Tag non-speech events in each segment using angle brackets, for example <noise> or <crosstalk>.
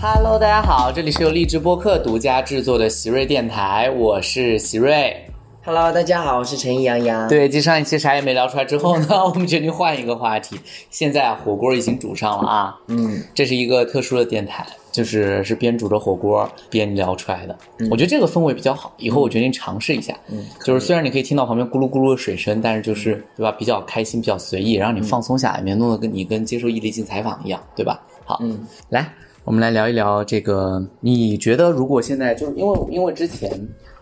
Hello，大家好，这里是由荔枝播客独家制作的席瑞电台，我是席瑞。 Hello，大家好，我是陈易洋洋。对，继上一期啥也没聊出来之后呢， <laughs> 我们决定换一个话题。现在啊火锅已经煮上了啊，嗯，这是一个特殊的电台，就是是边煮着火锅边聊出来的。我觉得这个氛围比较好，以后我决定尝试一下。嗯，就是虽然你可以听到旁边咕噜咕噜的水声，但是就是对吧，比较开心，比较随意，然后你放松下来，别弄得跟你跟接受易立竞采访一样，对吧？好，嗯，来，我们来聊一聊这个，你觉得如果现在就是因为因为之前。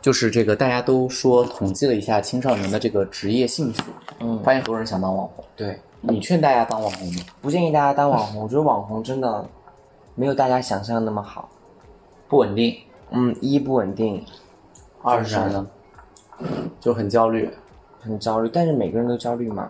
就是这个，大家都说统计了一下青少年的这个职业兴趣，嗯，发现很多人想当网红。对，你劝大家当网红吗？不建议大家当网红，我觉得网红真的没有大家想象的那么好。不稳定，嗯，一不稳定，二是啥呢？就很焦虑，很焦虑，但是每个人都焦虑嘛。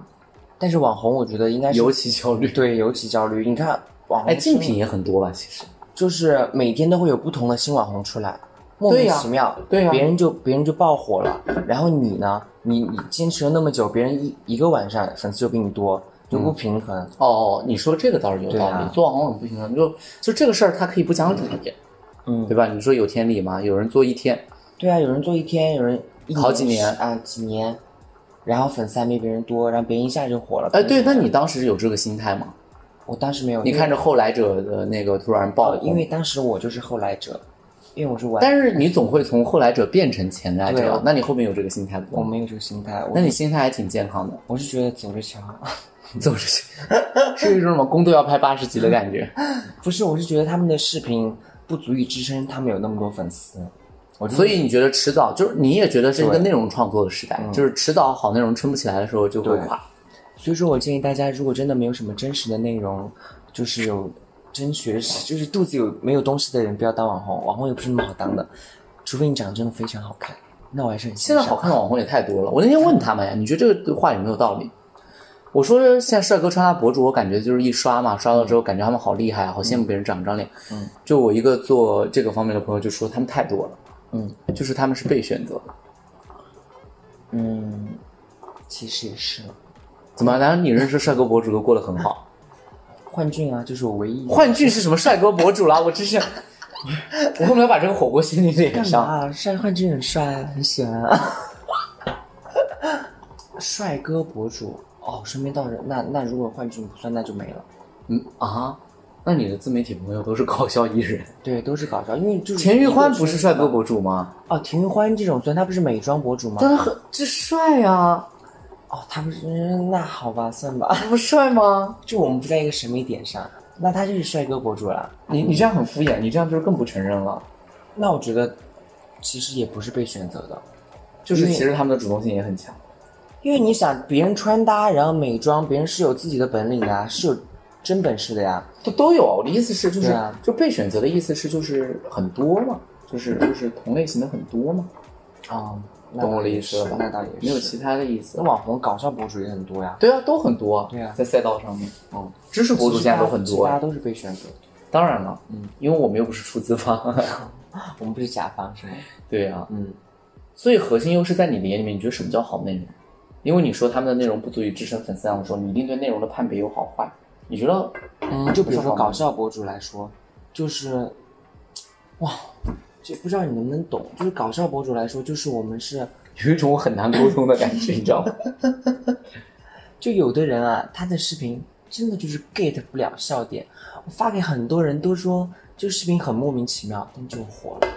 但是网红，我觉得应该是其焦虑。对尤其焦虑。你看网 <laughs> 红哎，是，竞品也很多吧？其实就是每天都会有不同的新网红出来，莫名对呀其妙，对呀别人就别人就爆火了，然后你呢，你你坚持了那么久，别人一一个晚上粉丝就比你多，就嗯不平衡。哦，你说这个倒是有道对理。啊做网红很不平衡，就就这个事儿，它可以不讲理，嗯对吧？你说有天理吗？有人做一天，对啊，有人做一天，有人一好几年十啊，几年，然后粉丝还没别人多，然后别人一下就火了。哎，对，那你当时有这个心态吗？我当时没有，你因为看着后来者的那个突然爆哦，红，因为当时我就是后来者，因为我是晚，但是你总会从后来者变成前来对者啊，那你后面有这个心态不我？没有这个心态，我那你心态还挺健康 <laughs> 的，我是觉得走着瞧， <laughs> 走着 <laughs> 去，是一种什么宫斗要拍八十集的感觉。 <laughs> 不是，我是觉得他们的视频不足以支撑他们有那么多粉丝，我所以你觉得迟早就是你也觉得是一个内容创作的时代，就是迟早好内容撑不起来的时候就会垮。所以说我建议大家，如果真的没有什么真实的内容，就是有真学识，就是肚子有没有东西的人，不要当网红，网红也不是那么好当的，除非你长得真的非常好看，那我还是很现在好看的网红也太多了。我那天问他们呀，你觉得这个话有没有道理？我说现在帅哥穿搭博主，我感觉就是一刷嘛，刷到之后感觉他们好厉害啊，好羡慕别人长一张脸。嗯，就我一个做这个方面的朋友就说他们太多了。嗯，就是他们是被选择的。嗯，其实也是怎么？难道你认识帅哥博主都过得很好？幻俊啊，就是我唯一幻剧是什么帅哥博主啦？我 <laughs> 真是，我后面要把这个火锅掀进脸干上。 <laughs> 嘛？啊帅幻俊很帅啊，很喜欢 <laughs> 啊。帅哥博主哦，身边倒是那那如果幻俊不算，那就没了。嗯啊，那你的自媒体朋友都是搞笑艺人？对，都是搞笑，因为就是田玉欢不是帅哥博主吗？哦，田玉欢这种算他不是美妆博主吗？但他很这帅呀、哦，他不是嗯那好吧，算吧， <laughs> 他不帅吗？就我们不在一个审美点上，那他就是帅哥博主了。你你这样很敷衍，你这样就是更不承认了。那我觉得其实也不是被选择的，就是因为其实他们的主动性也很强。因为你想别人穿搭，然后美妆，别人是有自己的本领的啊，是有真本事的呀。都都有啊，我的意思是，就是、对啊就被选择的意思是，就是很多嘛，就是就是同类型的很多嘛，哦，那懂我倒的也意思是了吧？那倒也是。没有其他的意思那。网红搞笑博主也很多呀。对啊，哦都很多。对啊在赛道上面，嗯，知识博主现在都很其实多大呀家。都是被选择的，当然了，嗯，因为我们又不是出资方。 <laughs> 我们不是甲方是吗？对啊，嗯，所以核心优势在你的眼里面，你觉得什么叫好内容？因为你说他们的内容不足以支撑粉丝量的时候，你一定对内容的判别有好坏。你觉得嗯，就比如说搞笑博主来说，就是，哇，就不知道你能不能懂，就是搞笑博主来说，就是我们是， <laughs> 有一种我很难沟通的感觉，你知道吗？就有的人啊，他的视频真的就是 get 不了笑点，我发给很多人都说这视频很莫名其妙，但就火了。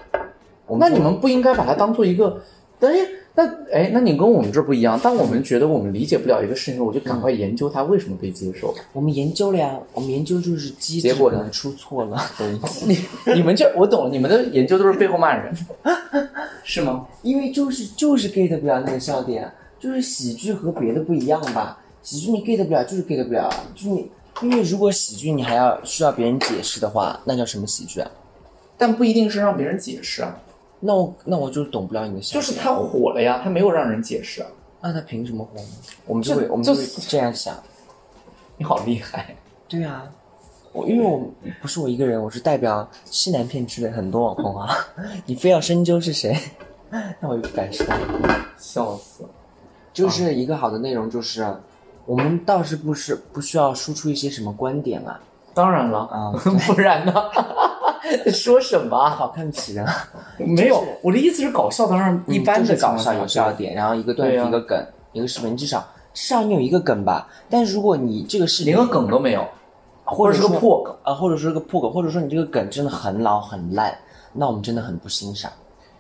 我那就你们不应该把它当做一个，哎，那哎，那你跟我们这不一样。当我 <laughs> 们觉得我们理解不了一个事情，我就赶快研究它为什么被接受。我们研究了呀，我们研究就是机制结果呢可能出错了 <laughs> 的意 <laughs> 思，你你们这我懂了，你们的研究都是背后骂人，是吗？因为就是就是 get 不了那个笑点，就是喜剧和别的不一样吧，喜剧你 get 不了就是 get 不了，就是你因为如果喜剧你还要需要别人解释的话，那叫什么喜剧啊？但不一定是让别人解释啊，那我那我就懂不了你的笑就点，是他火了呀，他没有让人解释啊。那他凭什么火呢？我们就这会我们就会这这样想，你好厉害，对啊，我因为我不是我一个人，我是代表西南片区的很多网红啊， <laughs> 你非要深究是谁， <laughs> 那我就不敢说。笑死了。就是一个好的内容，就是、我们倒是不是不需要输出一些什么观点啊，嗯当然了， <laughs> 啊不然呢？在说什么啊？好看不起人啊。没有，我的意思是搞笑，当然 <laughs> 一般嗯就的是搞情况笑下有笑点，然后一个段对啊子一个梗，一个视频，至少至少你有一个梗吧。但如果你这个视频连个梗都没有，或或者是个说破梗，啊，或者说个破梗，或者说你这个梗真的很老很烂，那我们真的很不欣赏。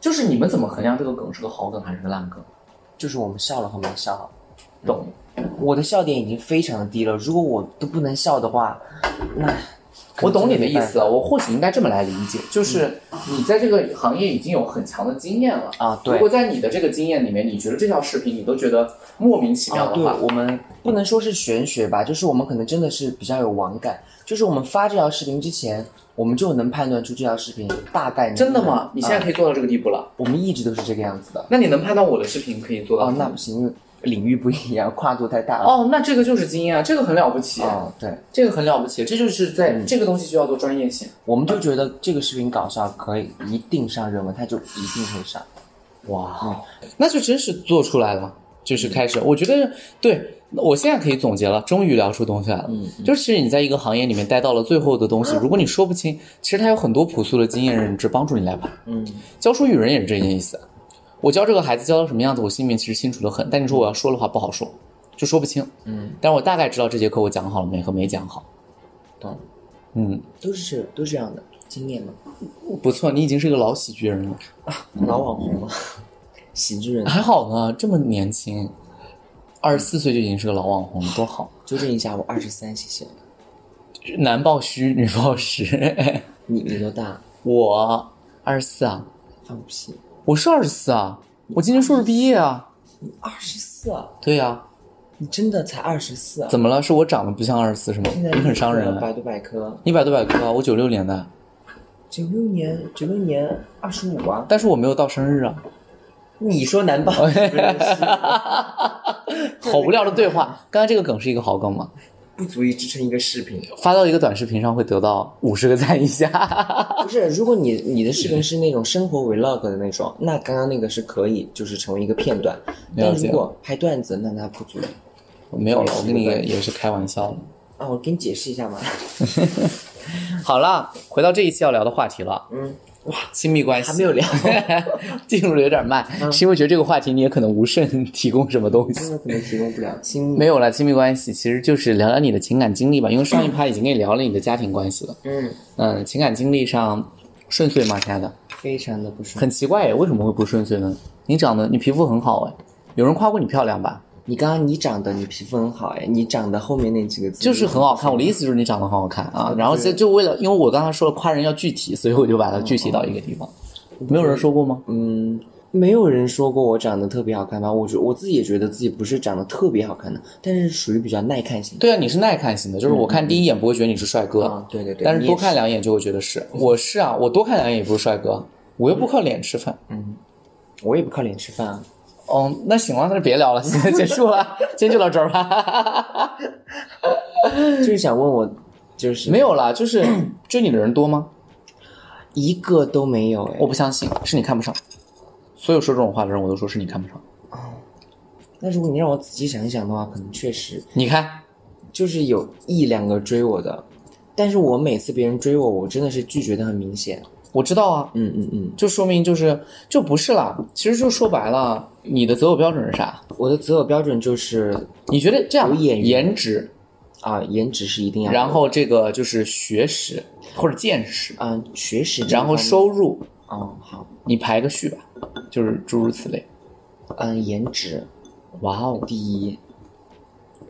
就是你们怎么衡量这个梗是个好梗还是个烂梗？就是我们笑了和没笑好。懂？我的笑点已经非常的低了，如果我都不能笑的话，那我懂你的意思，啊我或许应该这么来理解，就是你在这个行业已经有很强的经验了。嗯啊，如对果在你的这个经验里面，你觉得这条视频你都觉得莫名其妙啊，的对，话，我们不能说是玄学吧，就是我们可能真的是比较有网感，就是我们发这条视频之前，我们就能判断出这条视频大概能不能真的吗？你现在啊可以做到这个地步了？我们一直都是这个样子的。那你能判断我的视频可以做到哦，什么那不行，因为领域不一样，跨度太大了。哦，那这个就是经验啊，这个很了不起，哦，嗯对，这个很了不起，这就是在、这个东西需要做专业性。我们就觉得这个视频搞笑可以一定上热门，它就一定会上。哇，那就真是做出来了，就是开始。我觉得对，我现在可以总结了，终于聊出东西来了。嗯，就是其实你在一个行业里面待到了最后的东西，如果你说不清，其实它有很多朴素的经验认知帮助你来吧。嗯，教书育人也是这件意思。我教这个孩子教到什么样子，我心里面其实清楚的很，但你说我要说的话不好说，就说不清。嗯，但我大概知道这节课我讲好了没和没讲好。懂，嗯，都是都是这样的经验嘛，不错，你已经是个老喜剧人了，老网红了， <laughs> 喜剧人，还好呢，这么年轻，二十四岁就已经是个老网红了，多好。纠正一下，我二十三，谢谢。男报虚，女报实。 <laughs> 你你多大？我二十四啊，放屁！我是二十四啊，我今年硕士毕业啊。你二十四啊？对呀、你真的才二十四啊？怎么了？是我长得不像二十四是吗？现在你很伤人百啊。度百科你百度百科啊，我九六年的，九六年九六年二十五 <laughs> 啊？但是我没有到生日 <laughs> 啊。你说 <laughs> 难吧？不认识好无聊的对话。刚才这个梗是一个好梗吗？不足以支撑一个视频。发到一个短视频上会得到五十个赞以下。 <laughs> 不是，如果你你的视频是那种生活 vlog 的那种，那刚刚那个是可以，就是成为一个片段。但了解如果拍段子，那那不足以。没有了，我 <laughs> 跟你也是开玩笑的。啊，我给你解释一下嘛。 <laughs> 好啦，回到这一期要聊的话题了，嗯，亲密关系还没有聊， <laughs> 嗯进入的有点慢，是因为觉得这个话题你也可能无甚提供什么东西。真的可能提供不了亲密。没有了，亲密关系其实就是聊聊你的情感经历吧，因为上一趴已经跟你聊了你的家庭关系了。嗯，嗯，情感经历上顺遂吗，亲爱的？非常的不舒服。很奇怪耶，为什么会不顺遂呢？你长得你皮肤很好哎，有人夸过你漂亮吧？你刚刚你长得你皮肤很好哎，你长得后面那几个字就是很好看。我的意思就是你长得很好看啊。嗯然后就就为了，因为我刚才说了夸人要具体，所以我就把它具体到一个地方。没有人说过吗？嗯，没有人说过我长得特别好看吧？我觉我自己也觉得自己不是长得特别好看的，但是属于比较耐看型的。对啊，你是耐看型的，就是我看第一眼不会觉得你是帅哥，嗯啊，对对对，但是你多也看两眼就会觉得是。我是啊，我多看两眼也不是帅哥，我又不靠脸吃饭。我也不靠脸吃饭啊。哦，那行了，那就别聊了， <laughs> 现在结束了，今天就到这儿吧。 <laughs> 就是想问我，就是没有啦，就是追你的人多吗？一个都没有哎我。不相信，是你看不上。所有说这种话的人，我都说是你看不上。那如果你让我仔细想一想的话，可能确实你看，就是有一两个追我的，但是我每次别人追我，我真的是拒绝的很明显。我知道啊，嗯嗯嗯，就说明就是就不是啦。其实就说白了，你的择偶标准是啥？我的择偶标准就是你觉得这样有眼缘颜值，啊，颜值是一定要的，然后这个就是学识或者见识，嗯、学识这一然方面，后收入，哦好，你排个序吧，就是诸如此类。嗯、颜值哇哦，第一，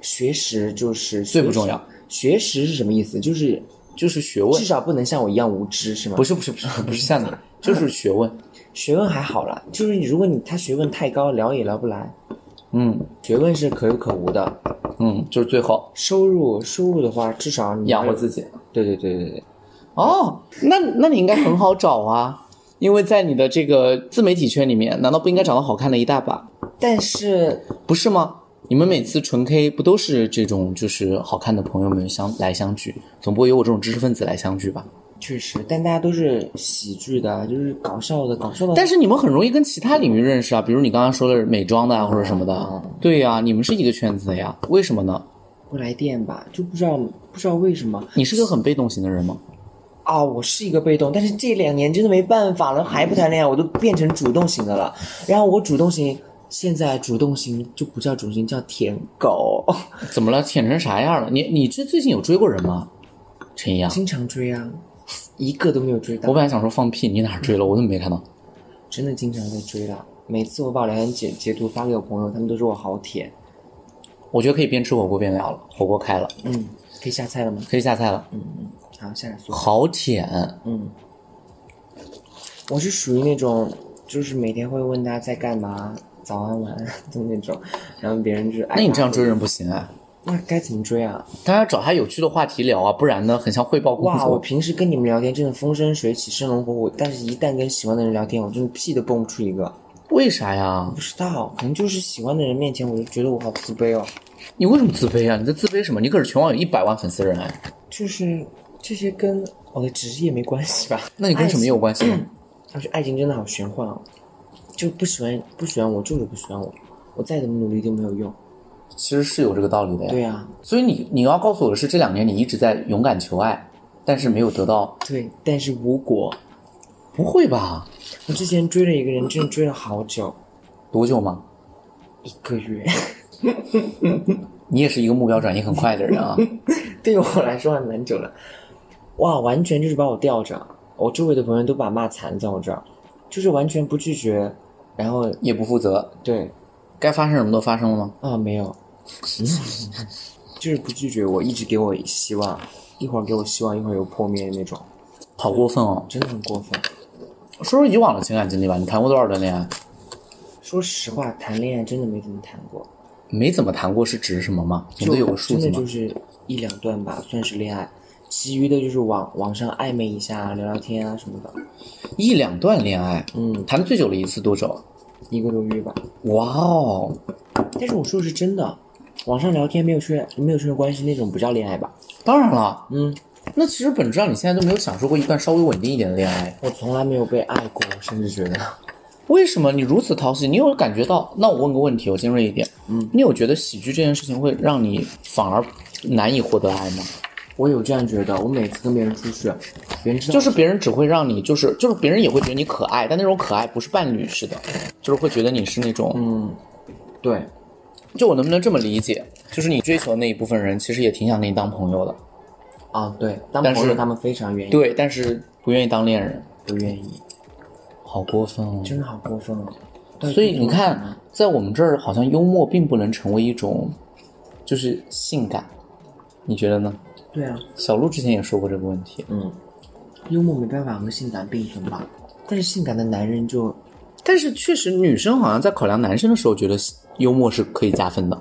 学识就是最不重要。学识是什么意思？就是就是学至问，少不能像我一样无知是吗？不是不是不是不是像你，就是学问。学问还好啦，就是如果你他学问太高，聊也聊不来。嗯，学问是可有可无的，嗯，就是最后收入收入的话，至少你养活自己。对对对对对，哦，那那你应该很好找啊，因为在你的这个自媒体圈里面，难道不应该找到好看的一大把，但是不是吗？你们每次纯 K 不都是这种就是好看的朋友们相来相聚，总不会有我这种知识分子来相聚吧？确实，但大家都是喜剧的，啊就是搞笑的，搞笑的。但是你们很容易跟其他领域认识啊，比如你刚刚说的美妆的啊或者什么哦的，对呀、你们是一个圈子的呀，为什么呢？不来电吧，就不知道不知道为什么，你是个很被动型的人吗？啊、我是一个被动，但是这两年真的没办法了，还不谈恋爱，我都变成主动型的了。然后我主动型，现在主动型就不叫主动型，叫舔狗，怎么了？舔成啥样了？你你这最近有追过人吗？陈一阳，经常追啊，一个都没有追到我。本来想说放屁，你哪追了？我怎么没看到？真的经常在追啦。每次我把聊天截截图发给我朋友，他们都说我好舔。我觉得可以边吃火锅边聊了，火锅开了，嗯，可以下菜了吗？嗯可以下菜了。好，下来说。好哎舔，我是属于那种，就是每天会问他在干嘛，早安晚安的那种，然后别人就是爱。那你这样追人不行啊！那该怎么追啊？当然找他有趣的话题聊啊，不然呢，很像汇报工哇，我作。平时跟你们聊天真的风生水起、生龙活虎，但是一旦跟喜欢的人聊天，我真的屁都蹦不出一个。为啥呀不？知道，可能就是喜欢的人面前，我就觉得我好自卑哦。你为什么自卑啊？你在自卑什么？你可是全网有一百万粉丝人哎，就是这些跟我的职业没关系吧？那你跟哎什么有关系呢？而且爱情真的好玄幻哦，就不喜欢不喜欢我就是不喜欢我，我再怎么努力都没有用。其实是有这个道理的呀。对啊，所以你你要告诉我的是，这两年你一直在勇敢求爱，但是没有得 <laughs> 到。对，但是无果。不会吧？我之前追了一个人，真的追了好久，多久吗？一个月。你也是一个目标转移很快的人 <laughs> 啊。对我来说还蛮久了。哇，完全就是把我吊着，我周围的朋友都把骂残在我这儿，就是完全不拒绝，然后也不负责，对该发生什么都发生了吗？啊没有， <laughs> 就是不拒绝我，一直给我希望，一会儿给我希望，一会儿又破灭的那种，好过分哦！真的很过分。说说以往的情感经历吧，你谈过多少段恋爱？说实话，谈恋爱真的没怎么谈过，没怎么谈过是指什么吗？你就们都有个数真字的吗就？是一两段吧，算是恋爱，其余的就是网网上暧昧一下，聊聊天啊什么的，一两段恋爱，嗯，谈的最久的一次多久？一个多月吧。哇哦，但是我说的是真的，网上聊天没有确认没有确认关系那种不叫恋爱吧？当然了，嗯，那其实本质上你现在都没有享受过一段稍微稳定一点的恋爱，我从来没有被爱过，我甚至觉得为什么你如此讨喜？你有感觉到？那我问个问题，我尖锐一点，嗯，你有觉得喜剧这件事情会让你反而难以获得爱吗？我有这样觉得。我每次跟别人出去，别人知道就是别人只会让你，就是就是别人也会觉得你可爱，但那种可爱不是伴侣式的，就是会觉得你是那种，嗯对，就我能不能这么理解？就是你追求的那一部分人，其实也挺想跟你当朋友的，啊对，当但朋友是他们非常愿意，对，但是不愿意当恋人，不愿意，好过分哦！真的好过分哦。到底所以是你为什么看，在我们这儿好像幽默并不能成为一种，就是性感，你觉得呢？对啊，小鹿之前也说过这个问题，幽默没办法和性感并存吧？但是性感的男人就但是确实女生好像在考量男生的时候，觉得幽默是可以加分的。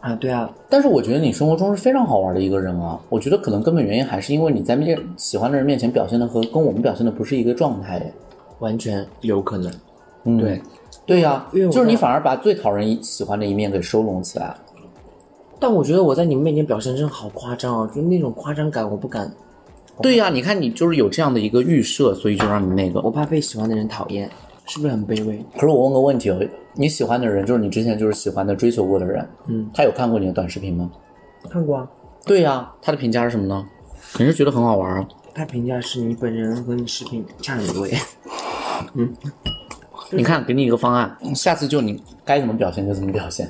啊，对啊，但是我觉得你生活中是非常好玩的一个人啊。我觉得可能根本原因还是因为你在面喜欢的人面前表现的和跟我们表现的不是一个状态耶。完全有可能。嗯，对，对呀、因为我就是你在哦反而把最讨人喜欢的一面给收拢起来。但我觉得我在你们面前表现真的好夸张哦，就那种夸张感，我不敢，对呀、你看你就是有这样的一个预设，所以就让你那个我。怕被喜欢的人讨厌，是不是很卑微？可是我问个问题哦，你喜欢的人就是你之前就是喜欢的、追求过的人，嗯，他有看过你的短视频吗？看过啊，对呀、他的评价是什么呢？肯定是觉得很好玩啊。他评价是你本人和你视频差很多耶。你看，给你一个方案，嗯下次就你该怎么表现就怎么表现。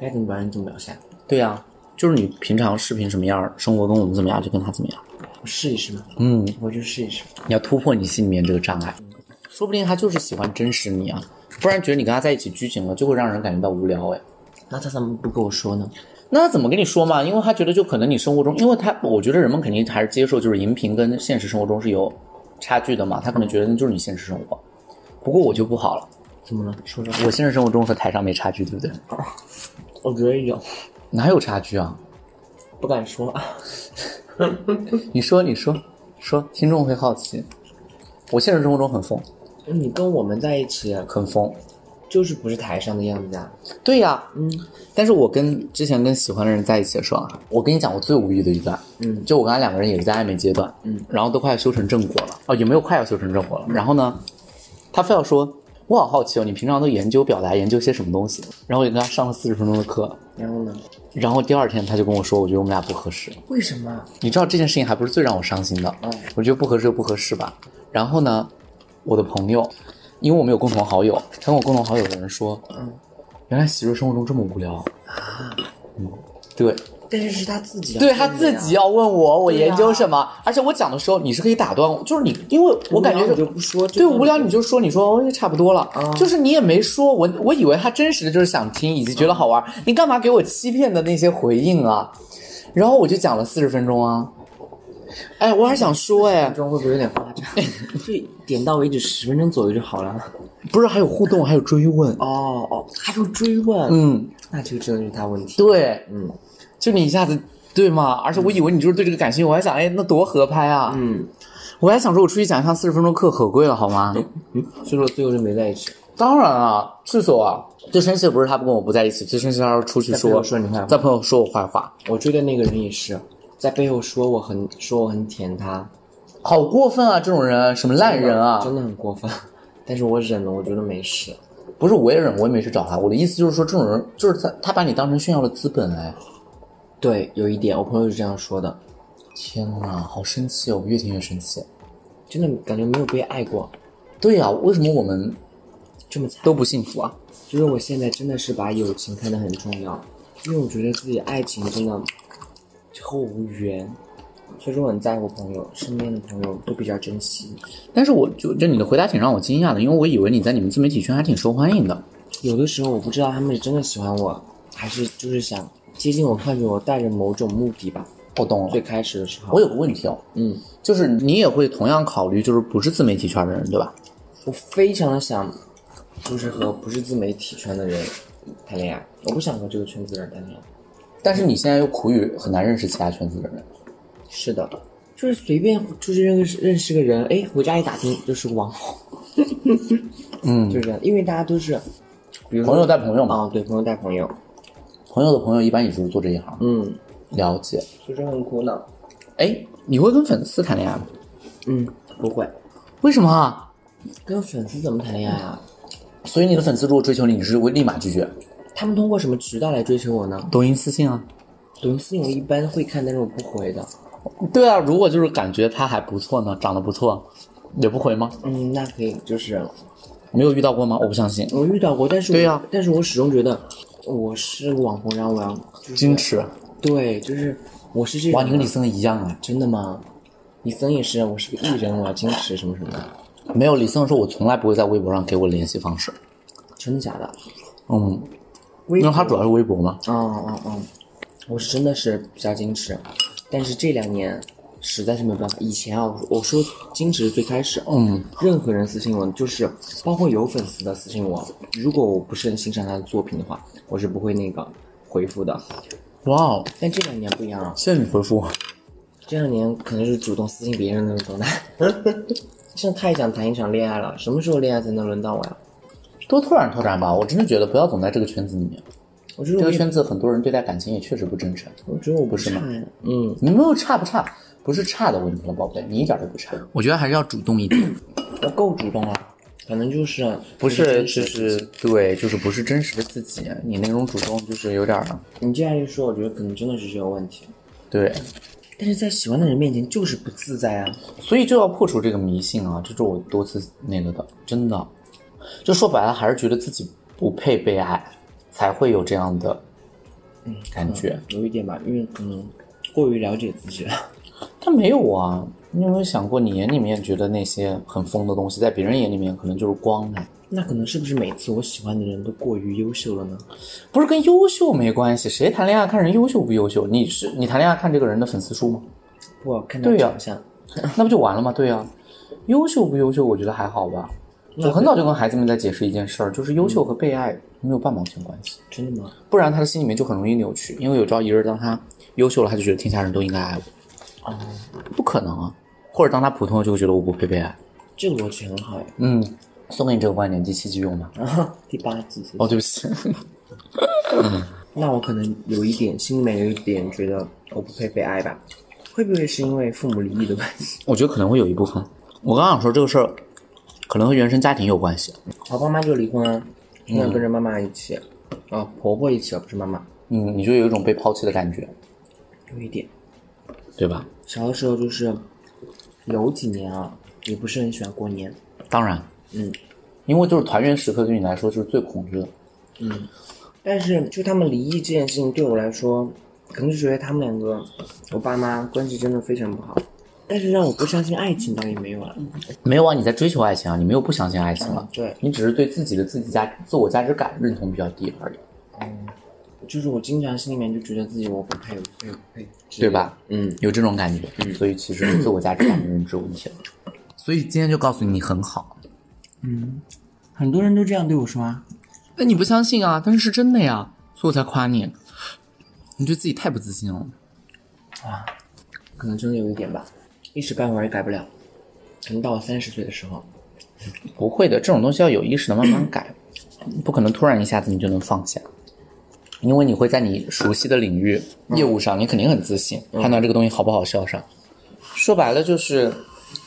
该怎么表现怎么表现，对呀、就是你平常视频什么样儿，生活跟我们怎么样，就跟他怎么样。我试一试嘛。嗯，我就试一试。你要突破你心里面这个障碍，说不定他就是喜欢真实你啊，不然觉得你跟他在一起拘谨了，就会让人感觉到无聊哎。那他怎么不跟我说呢？那他怎么跟你说嘛？因为他觉得就可能你生活中，因为他我觉得人们肯定还是接受就是荧屏跟现实生活中是有差距的嘛，他可能觉得那就是你现实生活。不过我就不好了，怎么了？说说。我现实生活中和台上没差距，对不对？我觉得有，哪有差距啊？不敢说。啊你说，你说，说，听众会好奇。我现实生活中很疯，你跟我们在一起，啊很疯。就是不是台上的样子啊？对呀、嗯，但是我跟之前跟喜欢的人在一起的时候啊，我跟你讲我最无语的一段，嗯，就我跟他两个人也是在暧昧阶嗯段，嗯，然后都快要修成正果了，哦，也没有快要修成正果了。然后呢，他非要说我好好奇哦，你平常都研究表达，研究些什么东西？然后我就跟他上了四十分钟的课，然后呢？然后第二天他就跟我说，我觉得我们俩不合适。为什么？啊你知道这件事情还不是最让我伤心的，嗯我觉得不合适就不合适吧。然后呢，我的朋友，因为我们有共同好友，他跟我共同好友的人说，原来媳妇生活中这么无聊啊，嗯，对，但是是他自己、啊，对他自己要问我我研究什么，而且我讲的时候你是可以打断我，就是你，因为我感觉无聊你就不说就对放着无聊你就说你说哦也差不多了，就是你也没说，我我以为他真实的就是想听以及觉得好玩，你干嘛给我欺骗的那些回应啊？然后我就讲了四十分钟啊，哎，我还想说哎分，钟会不会有点夸 <laughs> 张？就点到为止，十分钟左右就好了。不是还有互动，还有追问，哦哦，还有追问，嗯，那这个真的是他问题。对，嗯就你一下子。对吗？而且我以为你就是对这个感兴趣，我还想，哎，那多合拍啊！嗯，我还想说，我出去讲一趟四十分钟课可贵了，好吗？所以说最后是没在一起。当然啊，厕所啊，最生气的不是他不跟我不在一起，最生气的是他出去在朋说友说你坏话在朋友说我坏话，我追的那个人也是在背后说我很说我很舔他，好过分啊！这种人，什么烂人啊！真的很过分。 <laughs> 但是我忍了，我觉得没事。不是我也忍，我也没去找他。我的意思就是说，这种人就是他，他把你当成炫耀的资本哎！对，有一点，我朋友是这样说的，天哪，好生气哦！我越听越生气。真的感觉没有被爱过，对呀、为什么我们这么惨。都不幸福啊？所以我现在真的是把友情看得很重要，因为我觉得自己爱情真的就和我无缘，所以说我很在乎朋友，身边的朋友都比较珍惜。但是我就就你的回答挺让我惊讶的，因为我以为你在你们自媒体圈还挺受欢迎的。有的时候我不知道他们是真的喜欢我，还是就是想接近我，或者我带着某种目的吧。我懂了最，开始的时候，我有个问题哦，嗯，就是你也会同样考虑，就是不是自媒体圈的人，对吧？我非常的想，就是和不是自媒体圈的人谈恋爱，我不想和这个圈子的人谈恋爱。但是你现在又苦于很难认识其他圈子的人，是的，就是随便出去认识认识个人，哎，回家一打听就是个网红， <laughs> 嗯，就是这样，因为大家都是，比如说朋友带朋友嘛，啊、对，朋友带朋友，朋友的朋友一般也就是做这一行。嗯，了解。所以说很苦恼，哎，你会跟粉丝谈恋爱吗？嗯，不会，为什么啊？跟粉丝怎么谈恋爱啊？所以你的粉丝如果追求你，你是会立马拒绝？他们通过什么渠道来追求我呢？抖音私信啊？抖音私信我一般会看，但是我不回的。对啊，如果就是感觉他还不错呢，长得不错，也不回吗？嗯，那可以，就是没有遇到过吗？我不相信。我遇到过，但是我对呀但是我始终觉得我是个网红，然后我要就是矜持。对，就是我是这种哇，你跟李森一样啊！真的吗？李森也是，我是个艺人，我要矜持什么什么的，没有，李森说我从来不会在微博上给我联系方式。真的假的？嗯，微因为博他主要是微博嘛。嗯嗯嗯，我是真的是比较矜持，但是这两年实在是没有办法。以前啊，我我说矜持是最开始，嗯，任何人私信我，就是包括有粉丝的私信我，如果我不是很欣赏他的作品的话，我是不会那个回复的。哇哦，但这两年不一样啊，谢谢你回复我。这两年可能是主动私信别人的那种状态。 <laughs> 真的太想谈一场恋爱了，什么时候恋爱才能轮到我呀？多拓展拓展吧，我真的觉得不要总在这个圈子里面。我觉得这我个也圈子很多人对待感情也确实不真诚。我觉得我不是嘛，嗯，你没有差不差，不是差的问题了，宝贝，你一点都不差。我觉得还是要主动一点，我够主动了，可能就是不是真就实是对，就是不是真实的自己。啊你那种主动就是有点儿，你这样一说，我觉得可能真的是这个问题。对，但是在喜欢的人面前就是不自在啊，所以就要破除这个迷信啊，这是我多次那个的，真的，就说白了还是觉得自己不配被爱，才会有这样的嗯感觉。有一点吧，因为可能过于了解自己了。但没有啊，你有没有想过，你眼里面觉得那些很疯的东西，在别人眼里面可能就是光啊呢？那可能是不是每次我喜欢的人都过于优秀了呢？不是跟优秀没关系，谁谈恋爱看人优秀不优秀？你是你谈恋爱看这个人的粉丝数吗？不好看他对呀长相，那不就完了吗？对呀、优秀不优秀，我觉得还好吧。我很早就跟孩子们在解释一件事儿，就是优秀和被爱没有半毛钱关系，真的吗？不然他的心里面就很容易扭曲。因为有朝一日，当他优秀了，他就觉得天下人都应该爱我，哦，不可能啊。或者当他普通了，就会觉得我不配被爱。这个逻辑很好呀。哎嗯，送给你这个观点，第七集用吧。然后第八集，哦，对不起， <laughs> 那我可能有一点心里面有一点觉得我不配被爱吧，会不会是因为父母离异的关系？我觉得可能会有一部分。我刚想说这个事儿，可能和原生家庭有关系。我爸妈就离婚啊，现在跟着妈妈一起，啊，婆婆一起，而不是妈妈，嗯，你就有一种被抛弃的感觉，有一点。对吧？小的时候就是有几年啊，也不是很喜欢过年，当然，嗯，因为就是团圆时刻对你来说就是最恐惧的。但是就他们离异这件事情对我来说，可能是觉得他们两个，我爸妈关系真的非常不好。但是让我不相信爱情倒也没有了，没有啊，你在追求爱情啊，你没有不相信爱情了，对，你只是对自己的自己价自我价值感认同比较低而已，就是我经常心里面就觉得自己我不配，我不配，我不配，对吧？嗯，有这种感觉，所以其实是自我价值感的认知问题了。所以今天就告诉你，你很好。很多人都这样对我说啊，那你不相信啊？但是是真的呀，所以我才夸你。你对自己太不自信了。可能真的有一点吧，一时半会儿也改不了。可能到我三十岁的时候，不会的，这种东西要有意识的慢慢改，不可能突然一下子你就能放下，因为你会在你熟悉的领域、业务上，你肯定很自信，判断这个东西好不好销上。说白了就是，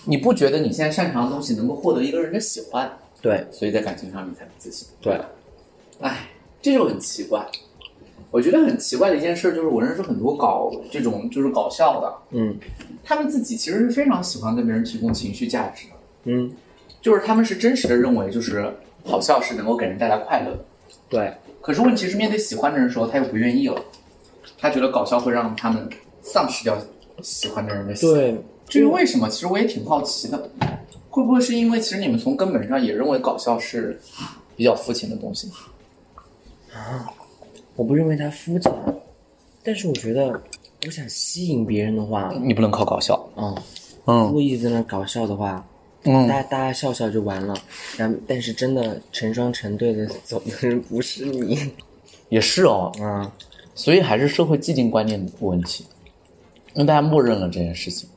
你不觉得你现在擅长的东西能够获得一个人的喜欢，对，所以在感情上你才不自信。对，哎，这就很奇怪。我觉得很奇怪的一件事就是，我认识很多搞这种就是搞笑的，嗯他们自己其实是非常喜欢跟别人提供情绪价值的。嗯，就是他们是真实的认为，就是好笑是能够给人带来快乐的。对，可是问题是，面对喜欢的人的时候，他又不愿意了，他觉得搞笑会让他们丧失掉喜欢的人的喜欢。对，至于为什么，其实我也挺好奇的，会不会是因为其实你们从根本上也认为搞笑是比较肤浅的东西？我不认为它肤浅，啊但是我觉得，我想吸引别人的话，你不能靠搞笑，嗯，如嗯果一直在那搞笑的话，大嗯，家大家笑笑就完了。然后但是真的成双成对的走的人不是你 <laughs> 也是哦，啊，所以还是社会既定观念的问题，因为大家默认了这件事情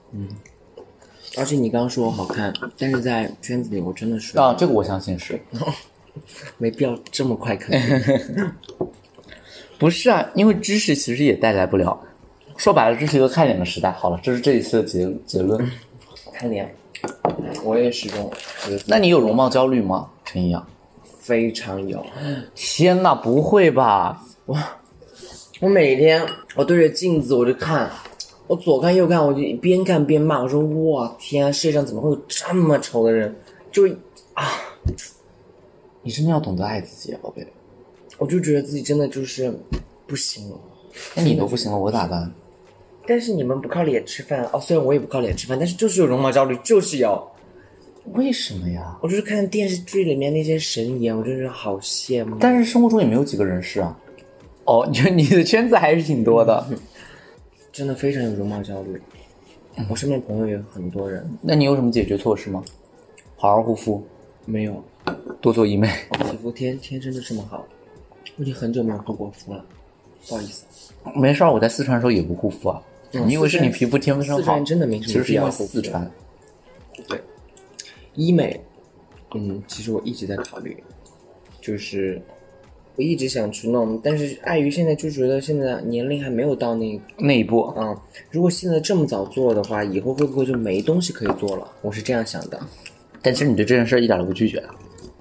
而且你刚刚说我好看，但是在圈子里我真的是啊，这个我相信是。没必要这么快肯 <laughs> 定。不是啊，因为知识其实也带来不了。说白了，这是一个看脸的时代。好了，这是这一次的结结论。看脸，我也始终觉得那你有容貌焦虑吗，陈一阳？非常有。天哪，不会吧？我每天我对着镜子我就看，我左看右看，我就边看边骂，我说哇天啊，世界上怎么会有这么丑的人？就是你真的要懂得爱自己啊，宝贝。我就觉得自己真的就是不行了。那你都不行了，我咋办？但是你们不靠脸吃饭哦，虽然我也不靠脸吃饭，但是就是有容貌焦虑，就是有。为什么呀？我就是看电视剧里面那些神颜，我真是好羡慕。但是生活中也没有几个人是啊。哦，你说你的圈子还是挺多的。真的非常有容貌焦虑。嗯我身边朋友也有很多人那你有什么解决措施吗？好好护肤，没有，多做医美。我皮肤天天生就这么好，我已经很久没有护过肤了，不好意思。没事儿，我在四川的时候也不护肤啊。你以为是你哦四川皮肤天生四好川？真的没什么其实是必因要为护肤四川。医美，嗯，其实我一直在考虑，就是我一直想去弄，但是碍于现在就觉得现在年龄还没有到那个那一步，嗯，如果现在这么早做的话，以后会不会就没东西可以做了？我是这样想的，但其实你对这件事儿一点都不拒绝啊。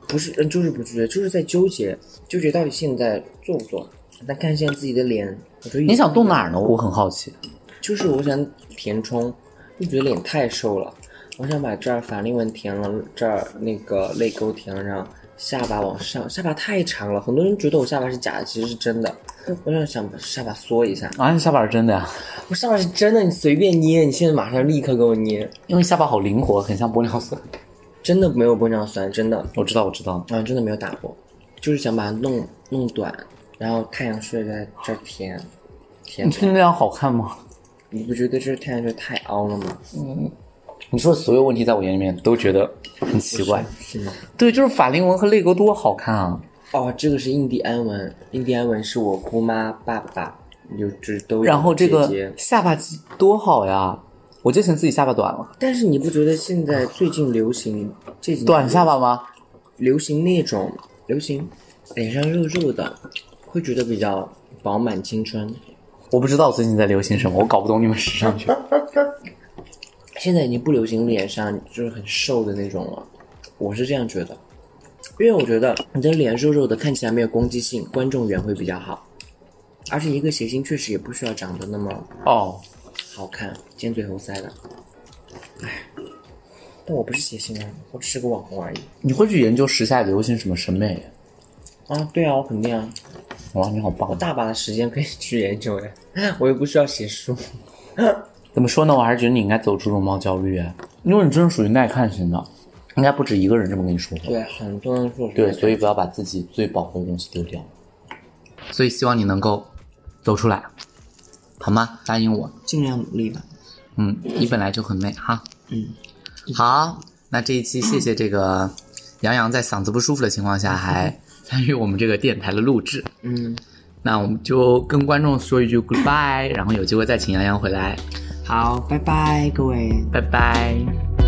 不是，嗯，就是不拒绝，就是在纠结，纠结到底现在做不做。但看现在自己的脸，我觉得你想动哪儿呢？我很好奇。就是我想填充，就觉得脸太瘦了，我想把这儿法令纹填了，这儿那个泪沟填了，然后下巴往上，下巴太长了，很多人觉得我下巴是假的，其实是真的。我想想把下巴缩一下，啊，你下巴是真的呀、我下巴是真的，你随便捏，你现在马上立刻给我捏，因为下巴好灵活，很像玻尿酸。真的没有玻尿酸，真的。我知道，我知道。啊，真的没有打过，就是想把它弄弄短，然后太阳穴在这儿填填你。觉得那样好看吗？你不觉得这太阳穴太凹了吗？你说的所有问题，在我眼里面都觉得很奇怪。是吗？对， <laughs> 就是法令纹和泪沟多好看啊！哦，这个是印第安纹，印第安纹是我姑妈、爸爸有只都有然后这个姐姐下巴肌多好呀！我就嫌自己下巴短了，但是你不觉得现在最近流行这几短年下巴吗？流行那种流行脸上肉肉的，会觉得比较饱满青春。我不知道最近在流行什么，我搞不懂你们时尚圈。现在已经不流行脸上就是很瘦的那种了，我是这样觉得，因为我觉得你的脸肉肉的，看起来没有攻击性，观众缘会比较好。而且一个谐星确实也不需要长得那么哦，好看，尖嘴猴腮的。唉，但我不是谐星啊，我只是个网红而已。你会去研究时下流行什么审美？啊，对啊，我肯定啊，哇，你好棒！啊大把的时间可以去研究的， <laughs> 我又不需要写书。怎么说呢？我还是觉得你应该走出容貌焦虑，哎因为你真的属于耐看型的，应该不止一个人这么跟你说过。对，很多人说对，所以不要把自己最宝贵的东西丢掉。所以希望你能够走出来，好吗？答应我，尽量努力吧。嗯，你本来就很美哈。嗯，好，那这一期谢谢这个杨洋在嗓子不舒服的情况下还参与我们这个电台的录制。嗯，那我们就跟观众说一句 goodbye，然后有机会再请杨洋回来，好，拜拜，各位。拜拜。